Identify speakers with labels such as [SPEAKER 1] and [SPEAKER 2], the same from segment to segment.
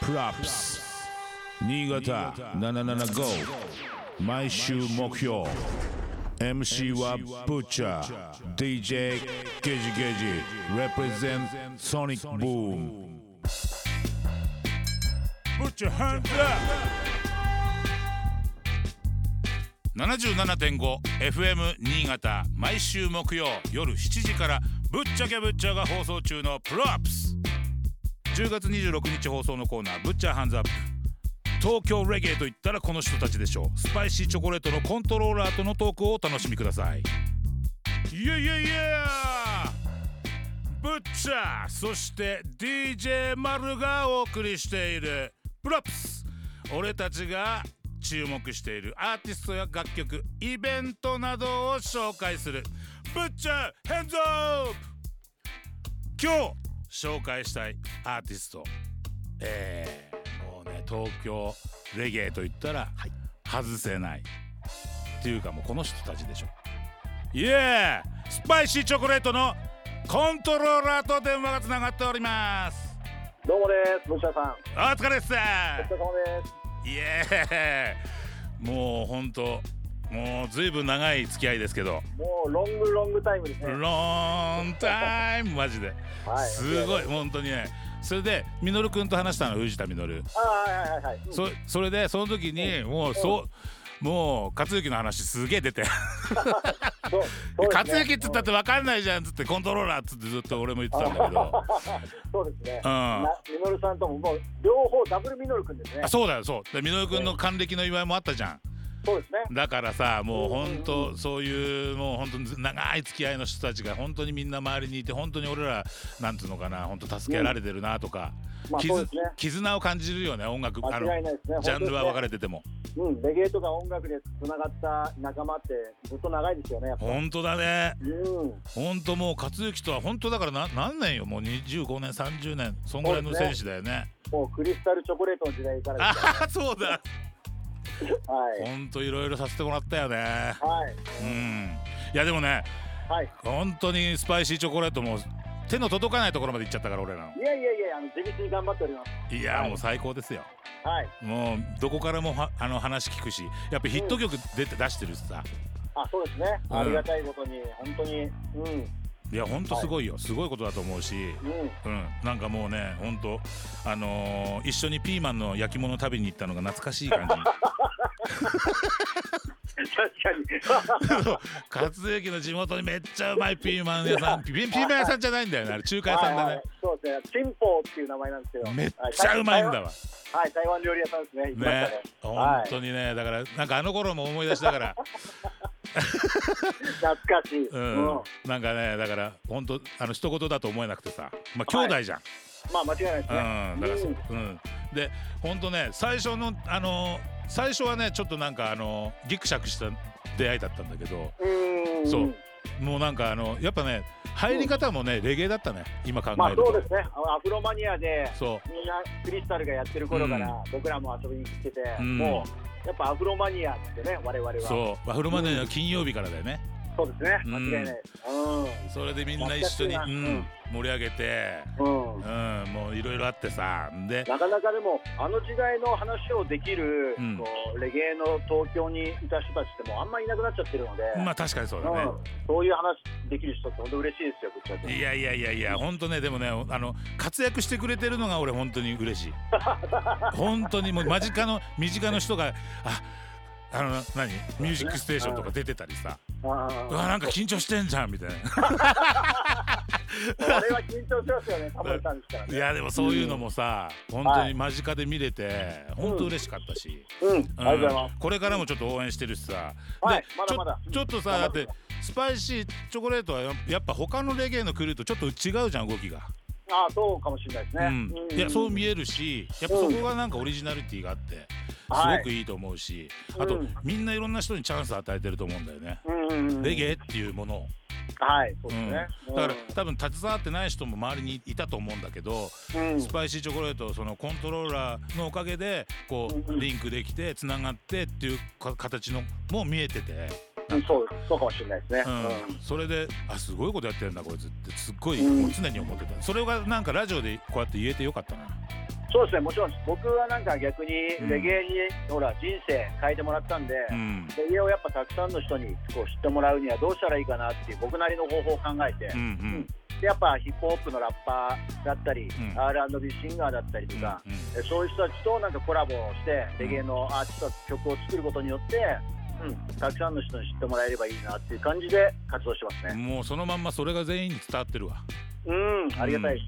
[SPEAKER 1] プラップス新潟775毎週目標 MC はブッチャー DJ ゲジゲジ represent ソニックブーム Put your hands up!
[SPEAKER 2] 77.5FM 新潟毎週木曜夜7時から「ぶっちゃけぶっちゃ」が放送中の「プロアップス」10月26日放送のコーナー「ぶっちゃハンズアップ」東京レゲエといったらこの人たちでしょうスパイシーチョコレートのコントローラーとのトークをお楽しみくださいいやいやいやブッチャーそして DJ マルがお送りしているプロップス俺たちが注目しているアーティストや楽曲イベントなどを紹介するブッチャーヘンズアップ今日紹介したいアーティストえー、もうね東京レゲエといったら外せない、っていうかもうこの人たちでしょイエースパイシーチョコレートのコントローラーと電話がつながっております
[SPEAKER 3] どうもです、武者さん。
[SPEAKER 2] お疲れっす
[SPEAKER 3] お疲れ様です。
[SPEAKER 2] イエーイもうほんともうずいぶん長い付き合いですけど
[SPEAKER 3] もうロングロングタイムですね。
[SPEAKER 2] ローンタイムマジで
[SPEAKER 3] はい。
[SPEAKER 2] すご
[SPEAKER 3] い。
[SPEAKER 2] い本当にねそれでみのるくんと話したの藤田みのる
[SPEAKER 3] ああ、はいはいはい。
[SPEAKER 2] そそれでその時にもうそうもう克行の話すげえ出て
[SPEAKER 3] そう
[SPEAKER 2] 「
[SPEAKER 3] そうです
[SPEAKER 2] 克
[SPEAKER 3] ね
[SPEAKER 2] 行っつったって分かんないじゃん」っつって「コントローラー」っつってずっと俺も言ってたんだけど
[SPEAKER 3] そうですね。
[SPEAKER 2] うん
[SPEAKER 3] なみのるさんとももう両方ダブルみのるくんですね
[SPEAKER 2] あ。そうだよそうでみのるくんの還暦の祝いもあったじゃん
[SPEAKER 3] そうですね。
[SPEAKER 2] だからさもう本当そういうもう本当に長い付き合いの人たちが本当にみんな周りにいて本当に俺らなんていうのかな本当助けられてるなとか、
[SPEAKER 3] まあ
[SPEAKER 2] 絆
[SPEAKER 3] そうですね
[SPEAKER 2] 絆を感じるよね音楽あの
[SPEAKER 3] 間違いないですね。
[SPEAKER 2] ジャンルは分か
[SPEAKER 3] る。
[SPEAKER 2] れてても
[SPEAKER 3] うん、レゲエとか音楽で繋がった仲間ってずっと長いですよね。やっぱ
[SPEAKER 2] 本当だね
[SPEAKER 3] うん。
[SPEAKER 2] 本当もう克行とは本当だからな何年よもう25年30年そんぐらいの選手だよね
[SPEAKER 3] もうクリスタルチョコレートの時代から
[SPEAKER 2] あ
[SPEAKER 3] ですか
[SPEAKER 2] あそうだ
[SPEAKER 3] ら。はい。
[SPEAKER 2] 本当いろいろさせてもらったよね
[SPEAKER 3] はい。
[SPEAKER 2] うんいやでもね
[SPEAKER 3] はい。
[SPEAKER 2] 本当にスパイシーチョコレートも手の届かないところまで行っちゃったから俺らの
[SPEAKER 3] いやいやいや、あの地道に頑張っております。
[SPEAKER 2] いや
[SPEAKER 3] はい
[SPEAKER 2] もう最高ですよ
[SPEAKER 3] はい。
[SPEAKER 2] もうどこからもはあの話聞くしやっぱヒット曲出て出してるしさ
[SPEAKER 3] あ、そうですね。
[SPEAKER 2] うん
[SPEAKER 3] ありがたいことに、本当に、うん、
[SPEAKER 2] いやほんとすごいよすごいことだと思うし、
[SPEAKER 3] うん。
[SPEAKER 2] うん、なんかもうねほんとあのー一緒にピーマンの焼き物食べに行ったのが懐かしい感じ
[SPEAKER 3] 確かに。
[SPEAKER 2] 克行の地元にめっちゃうまいピーマン屋さんピピーマン屋さんじゃないんだよねあれ中華屋さんだ
[SPEAKER 3] はいは
[SPEAKER 2] ね
[SPEAKER 3] い、そうですね。チンポーっていう名前なんですけど。
[SPEAKER 2] めっちゃうまいんだわ
[SPEAKER 3] はい、台湾料理屋さんですね。行きました
[SPEAKER 2] ね
[SPEAKER 3] ね。
[SPEAKER 2] 本
[SPEAKER 3] はい。
[SPEAKER 2] 当にねだからなんかあの頃も思い出しなが ら
[SPEAKER 3] 懐かしい。
[SPEAKER 2] う
[SPEAKER 3] うんん。
[SPEAKER 2] なんかねだから本当あの一言だと思えなくてさまあ兄弟じゃん、
[SPEAKER 3] まあ間違いないです
[SPEAKER 2] うんだからそ
[SPEAKER 3] ね。
[SPEAKER 2] う、うん、で本当ね最初のあの最初はねちょっとなんかあのギクシャクした出会いだったんだけど
[SPEAKER 3] うん。うん。
[SPEAKER 2] そう。もうなんかあのやっぱね入り方もね、レゲエだったね今考
[SPEAKER 3] ま
[SPEAKER 2] え
[SPEAKER 3] あ
[SPEAKER 2] ると、
[SPEAKER 3] そうですね。あのアフロマニアで。
[SPEAKER 2] そ
[SPEAKER 3] みんなクリスタルがやってる頃から僕らも遊びに来てて、
[SPEAKER 2] うん
[SPEAKER 3] もうやっぱアフロマニアってね我々は
[SPEAKER 2] うそうワフルマネーの金曜日からだよね、
[SPEAKER 3] そうですね
[SPEAKER 2] うん
[SPEAKER 3] 間違いないです
[SPEAKER 2] それでみんな一緒に、う、
[SPEAKER 3] 懐かしいなん
[SPEAKER 2] 盛り上げて、
[SPEAKER 3] うん、うん
[SPEAKER 2] う、ん、もういろいろあってさで
[SPEAKER 3] なかなかでもあの時代の話をできる、
[SPEAKER 2] うん
[SPEAKER 3] こうレゲエの東京にいた人たちってもうあんまいなくなっちゃってるので、
[SPEAKER 2] まあ確かにそうだね、
[SPEAKER 3] うん、そういう話できる人って本当嬉しいですよぶっちゃけ
[SPEAKER 2] いやいやいやいや本当ねでもねあの活躍してくれてるのが俺本当に嬉 しい本当にもう間近の身近の人がああの何「ミュージックステーション」とか出てたりさ「うわなんか緊張してんじゃん」みたいな
[SPEAKER 3] これは緊張しま すよねタモリさんですから
[SPEAKER 2] い
[SPEAKER 3] ね
[SPEAKER 2] やでもそういうのもさ本当に間近で見れて本当嬉しかったし、
[SPEAKER 3] うん、
[SPEAKER 2] うん
[SPEAKER 3] ありがとうございます
[SPEAKER 2] これからもちょっと応援してるしさ
[SPEAKER 3] はい
[SPEAKER 2] で
[SPEAKER 3] まだまだ
[SPEAKER 2] ちょちょっとさ
[SPEAKER 3] うん
[SPEAKER 2] だってスパイシーチョコレートはややっぱ他のレゲエのクルーとちょっと違うじゃん動きが。
[SPEAKER 3] ああそうかもしれないですね、
[SPEAKER 2] うん、いやそう見
[SPEAKER 3] え
[SPEAKER 2] えるしやっぱそこがなんかオリジナリティがあってす
[SPEAKER 3] はい
[SPEAKER 2] ごくいいと思うし、
[SPEAKER 3] うん
[SPEAKER 2] あとみんないろんな人にチャンス与えてると思うんだよね。
[SPEAKER 3] うんうん、
[SPEAKER 2] レゲエっていうものを、
[SPEAKER 3] はいそ
[SPEAKER 2] う
[SPEAKER 3] うです
[SPEAKER 2] ん、
[SPEAKER 3] ね
[SPEAKER 2] だ、から多分携わってない人も周りにいたと思うんだけど、
[SPEAKER 3] うん、
[SPEAKER 2] スパイシーチョコレートそのコントローラーのおかげでこ
[SPEAKER 3] うん
[SPEAKER 2] うリンクできてつながってっていうか形のも見えてて、
[SPEAKER 3] うんそうそうかもしれないですね、
[SPEAKER 2] う
[SPEAKER 3] うん
[SPEAKER 2] んそれであすごいことやってるんだこいつってすっごいもう常に思ってた、それがなんかラジオでこうやって言えてよかったな。
[SPEAKER 3] そうですね、もちろん僕はなんか逆に
[SPEAKER 2] うん
[SPEAKER 3] レゲエに、ほら人生変えてもらったんで、
[SPEAKER 2] うん
[SPEAKER 3] レゲエをやっぱたくさんの人にこう知ってもらうにはどうしたらいいかなっていう僕なりの方法を考えて、
[SPEAKER 2] うんうん
[SPEAKER 3] でやっぱヒップホップのラッパーだったり、
[SPEAKER 2] うん
[SPEAKER 3] R&B シンガーだったりとか、
[SPEAKER 2] うん
[SPEAKER 3] えそういう人たちとなんかコラボをして、レゲエのアーティストたち曲を作ることによって、うん、たくさんの人に知ってもらえればいいなっていう感じで活動してますね。
[SPEAKER 2] もうそのまんまそれが全員に伝わってるわ
[SPEAKER 3] うん、ありがたいで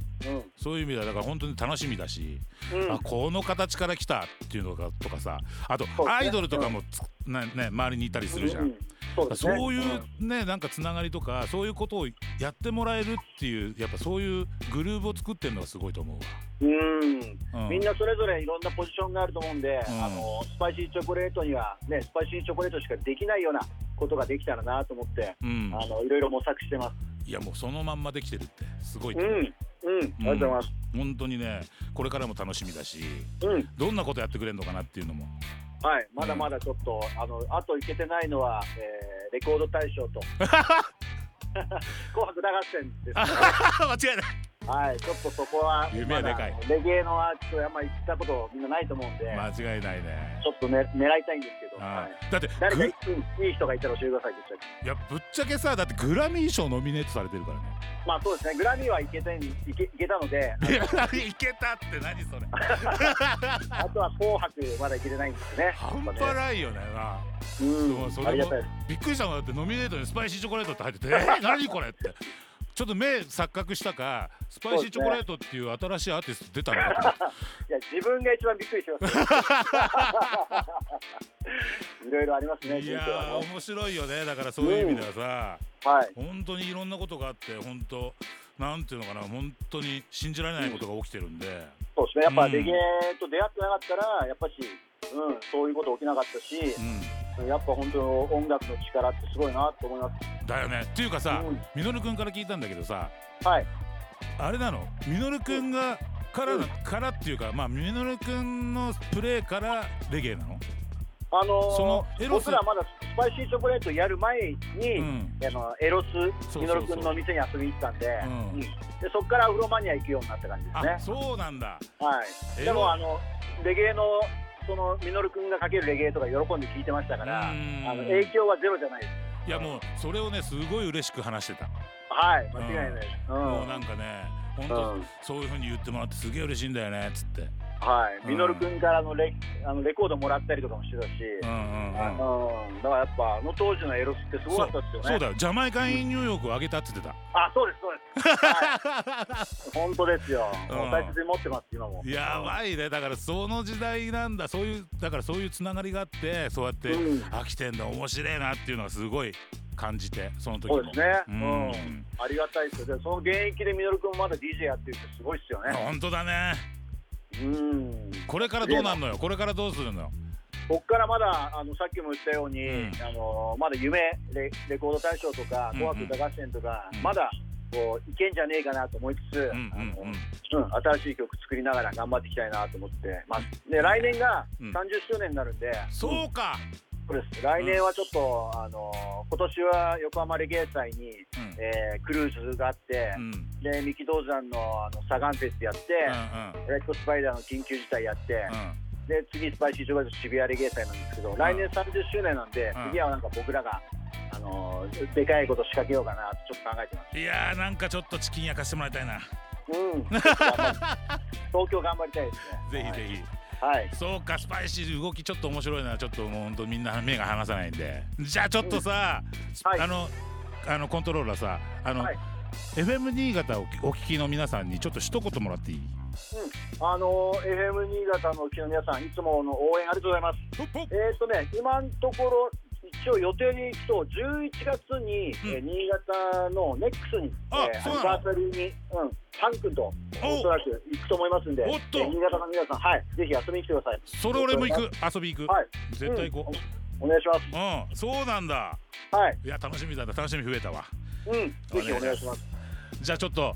[SPEAKER 3] す。
[SPEAKER 2] そういう意味ではだから本当に楽しみだし、
[SPEAKER 3] うん、うん
[SPEAKER 2] あこの形から来たっていうのがとかさあと
[SPEAKER 3] そうですね
[SPEAKER 2] アイドルとかもつ、ねね、周りにいたりするじゃん、
[SPEAKER 3] うんそうですね
[SPEAKER 2] そういうねなんかつながりとかそういうことをやってもらえるっていうやっぱそういうグルーヴを作ってるのがすごいと思う
[SPEAKER 3] うん
[SPEAKER 2] わ、うん、
[SPEAKER 3] みんなそれぞれいろんなポジションがあると思うんで、
[SPEAKER 2] うん
[SPEAKER 3] あのスパイシーチョコレートには、ね、スパイシーチョコレートしかできないようなことができたらなと思って、
[SPEAKER 2] うん
[SPEAKER 3] あのいろいろ模索してます。
[SPEAKER 2] いやもうそのまんまできてるってすごいと
[SPEAKER 3] うん、
[SPEAKER 2] 思う、
[SPEAKER 3] うん、ありがとうございます。
[SPEAKER 2] 本当にねこれからも楽しみだし
[SPEAKER 3] うん、
[SPEAKER 2] どんなことやってくれるのかなっていうの も
[SPEAKER 3] はい、まだまだちょっと、あのあといけてないのは、えーレコード大賞 と。紅白歌合戦です、ね。
[SPEAKER 2] 間違いない
[SPEAKER 3] はい、ちょっとそこは、
[SPEAKER 2] 夢はでかい
[SPEAKER 3] まだレゲエのアーティスト、あんまり行ったことみんなないと思うんで、
[SPEAKER 2] 間違いないね
[SPEAKER 3] ちょっとね、狙いたいんですけど、
[SPEAKER 2] あ
[SPEAKER 3] はい
[SPEAKER 2] ーだって
[SPEAKER 3] 誰
[SPEAKER 2] ぐ
[SPEAKER 3] かいいい人がいたら教えてください、実際。
[SPEAKER 2] いやぶっちゃけさだってグラミー賞ノミネートされてるからね
[SPEAKER 3] まあそうですね、グラミーは行けたい行け行けたので、
[SPEAKER 2] グラミーいけたって何それ
[SPEAKER 3] あとは紅白、まだ行けてないんですね。
[SPEAKER 2] 半端
[SPEAKER 3] ね
[SPEAKER 2] ないよねな
[SPEAKER 3] うん、
[SPEAKER 2] そ
[SPEAKER 3] あり
[SPEAKER 2] れも
[SPEAKER 3] がたいで
[SPEAKER 2] びっくりしたのだってノミネートにスパイシーチョコレートって入っててえー何これってちょっと目錯覚したかスパイシーチョコレートっていう新しいアーティスト出たのかと思った
[SPEAKER 3] す。いや、自分が一番びっくりし ました。 いろいろありますね、
[SPEAKER 2] い
[SPEAKER 3] 人生
[SPEAKER 2] や
[SPEAKER 3] はね。
[SPEAKER 2] ー面白いよねだからそういう意味ではさ、
[SPEAKER 3] はい。
[SPEAKER 2] 本当にいろんなことがあって本当なんていうのかな本当に信じられないことが起きてるんで、
[SPEAKER 3] そうですね、やっぱ
[SPEAKER 2] うん
[SPEAKER 3] レゲエと出会ってなかったら、やっぱし、うん、そういうこと起きなかったし
[SPEAKER 2] う、ん、
[SPEAKER 3] やっぱ本当音楽の力ってすごいなと思います。
[SPEAKER 2] だよねっていうかさ、
[SPEAKER 3] うん
[SPEAKER 2] みのるくんから聞いたんだけどさ
[SPEAKER 3] はい。
[SPEAKER 2] あれなのみのるくんがから
[SPEAKER 3] うん
[SPEAKER 2] からっていうかまあみのるくんのプレーからレゲエなの
[SPEAKER 3] あのー、
[SPEAKER 2] そのエロス
[SPEAKER 3] 僕らまだスパイシーチョコレートやる前に、
[SPEAKER 2] うん
[SPEAKER 3] あのエロス
[SPEAKER 2] そうそうそう
[SPEAKER 3] ミノル君の店に遊びに行ったんで,、
[SPEAKER 2] うん
[SPEAKER 3] でそこからウロマニア行くようになった感じ
[SPEAKER 2] あ
[SPEAKER 3] ですね
[SPEAKER 2] そうなんだ
[SPEAKER 3] はい
[SPEAKER 2] エロ
[SPEAKER 3] でもあのレゲエのそのミノル君がかけるレゲエとか喜んで聞いてましたからあ
[SPEAKER 2] うん
[SPEAKER 3] の影響はゼロじゃないです
[SPEAKER 2] いやもうそれをねすごい嬉しく話してた、
[SPEAKER 3] はい間違いないです、うん
[SPEAKER 2] もうなんかね本当、
[SPEAKER 3] うん
[SPEAKER 2] そういうふうに言ってもらってすげえ嬉しいんだよねっつって
[SPEAKER 3] はい、ミノル君からのレあのレコードもらったりとかもしてたし、
[SPEAKER 2] うんうんうん
[SPEAKER 3] うんだからやっぱあの当時のエロスってすごかったですよね
[SPEAKER 2] そうだよジャマイカインニューヨークを上げたって言ってた、
[SPEAKER 3] あそうですそうです、はい、 本当ですよ、
[SPEAKER 2] うん
[SPEAKER 3] もう大切に持ってます今も
[SPEAKER 2] やばいねだからその時代なんだそういうだからそういうつながりがあってそうやって
[SPEAKER 3] うん
[SPEAKER 2] 飽きてんだ面白いなっていうのはすごい感じてその時も
[SPEAKER 3] そうですね。う
[SPEAKER 2] うん
[SPEAKER 3] ん。ありがたいですよ。で、その現役でミノル君もまだ DJ やってるってすごいっすよね。
[SPEAKER 2] 本当だね
[SPEAKER 3] うん。
[SPEAKER 2] これからどうなんのよこれからどうするのよ
[SPEAKER 3] こっからまだあのさっきも言ったように、
[SPEAKER 2] うん
[SPEAKER 3] あのまだ夢レレコード大賞とか
[SPEAKER 2] うんうん
[SPEAKER 3] 紅白歌合戦とか、
[SPEAKER 2] うん
[SPEAKER 3] まだこういけんじゃねえかなと思いつつ、
[SPEAKER 2] うん
[SPEAKER 3] あの
[SPEAKER 2] うんうん
[SPEAKER 3] うん新しい曲作りながら頑張っていきたいなと思ってます。で来年が
[SPEAKER 2] うん
[SPEAKER 3] 30周年になるんで、
[SPEAKER 2] そうか、
[SPEAKER 3] そうです。来年はちょっと、あの今年は横浜レゲエ祭に、
[SPEAKER 2] うん
[SPEAKER 3] えークルーズがあって。
[SPEAKER 2] うん、うん
[SPEAKER 3] で三木道山のあのサガンフェスやって、
[SPEAKER 2] うん
[SPEAKER 3] レッドスパイダーの緊急事態やって、で次スパイシージョガイズシビアレゲエ祭なんですけど、来年30周年なんで、
[SPEAKER 2] うん
[SPEAKER 3] 次はなんか僕らが、あのーでかいこと仕掛けようかなとちょっと考えてます。
[SPEAKER 2] うんいやーなんかちょっとチキン焼かしてもらいたいな
[SPEAKER 3] うん、東京頑張りたいです
[SPEAKER 2] ぜ
[SPEAKER 3] ね。
[SPEAKER 2] ひぜひ
[SPEAKER 3] ひ。はい。
[SPEAKER 2] そうかスパイシー動きちょっと面白いなちょっともうほんとみんな目が離さないんでじゃあちょっとさ、
[SPEAKER 3] はい
[SPEAKER 2] あのあのコントローラーさあの、
[SPEAKER 3] はい
[SPEAKER 2] FM 新潟をお聞きの皆さんにちょっと一言もらっていい
[SPEAKER 3] あのー FM 新潟の沖の皆さん、いつもの応援ありがとうございます。えっ、とね、今のところ、一応予定に行くと、11月に、
[SPEAKER 2] うん
[SPEAKER 3] えー新潟のネックスに、
[SPEAKER 2] あ
[SPEAKER 3] えー
[SPEAKER 2] そうな
[SPEAKER 3] アニ
[SPEAKER 2] の
[SPEAKER 3] バーサリーに、うん、タン君と、
[SPEAKER 2] お
[SPEAKER 3] おそらく行くと思いますんで、
[SPEAKER 2] おっと
[SPEAKER 3] えー新潟の皆さん、はい、ぜひ遊びに来てください。
[SPEAKER 2] それ俺も行く遊び行く、
[SPEAKER 3] はい、
[SPEAKER 2] 絶対行こう、
[SPEAKER 3] うんお願いします。
[SPEAKER 2] うん、そうなんだ
[SPEAKER 3] はい、
[SPEAKER 2] いや楽しみだな楽しみ増えたわ
[SPEAKER 3] うん、ぜひお願いします。
[SPEAKER 2] じゃあちょっと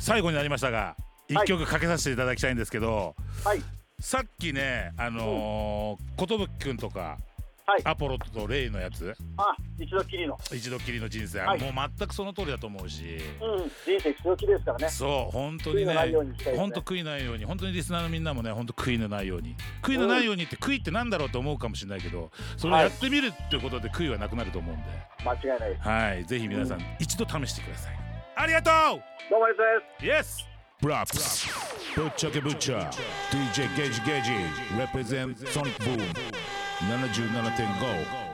[SPEAKER 2] 最後になりましたが一曲かけさせていただきたいんですけど、
[SPEAKER 3] はい、
[SPEAKER 2] さっきねあのー、寿くんとか
[SPEAKER 3] はい
[SPEAKER 2] アポロとレイのやつ
[SPEAKER 3] あ一度きりの
[SPEAKER 2] 一度きりの人生、
[SPEAKER 3] はい
[SPEAKER 2] もう全くその通りだと思うし
[SPEAKER 3] うん人生一度きりですからね
[SPEAKER 2] そう本当に
[SPEAKER 3] 悔いの
[SPEAKER 2] ね
[SPEAKER 3] ないようにしたいですね
[SPEAKER 2] 本当悔いのないように本当にリスナーのみんなもね本当悔いのないように悔いのないようにって悔いってなんだろうと思うかもしれないけどそれをやってみるっていうことで悔いはなくなると思うんで
[SPEAKER 3] 間違いないです
[SPEAKER 2] はいぜひ皆さん一度試してくださいありがと
[SPEAKER 3] どうもありがとうございます
[SPEAKER 2] うイエス
[SPEAKER 1] Props. Butcher ke Butcher. DJ Gage Gage. Represent Sonic Boom. 77.5.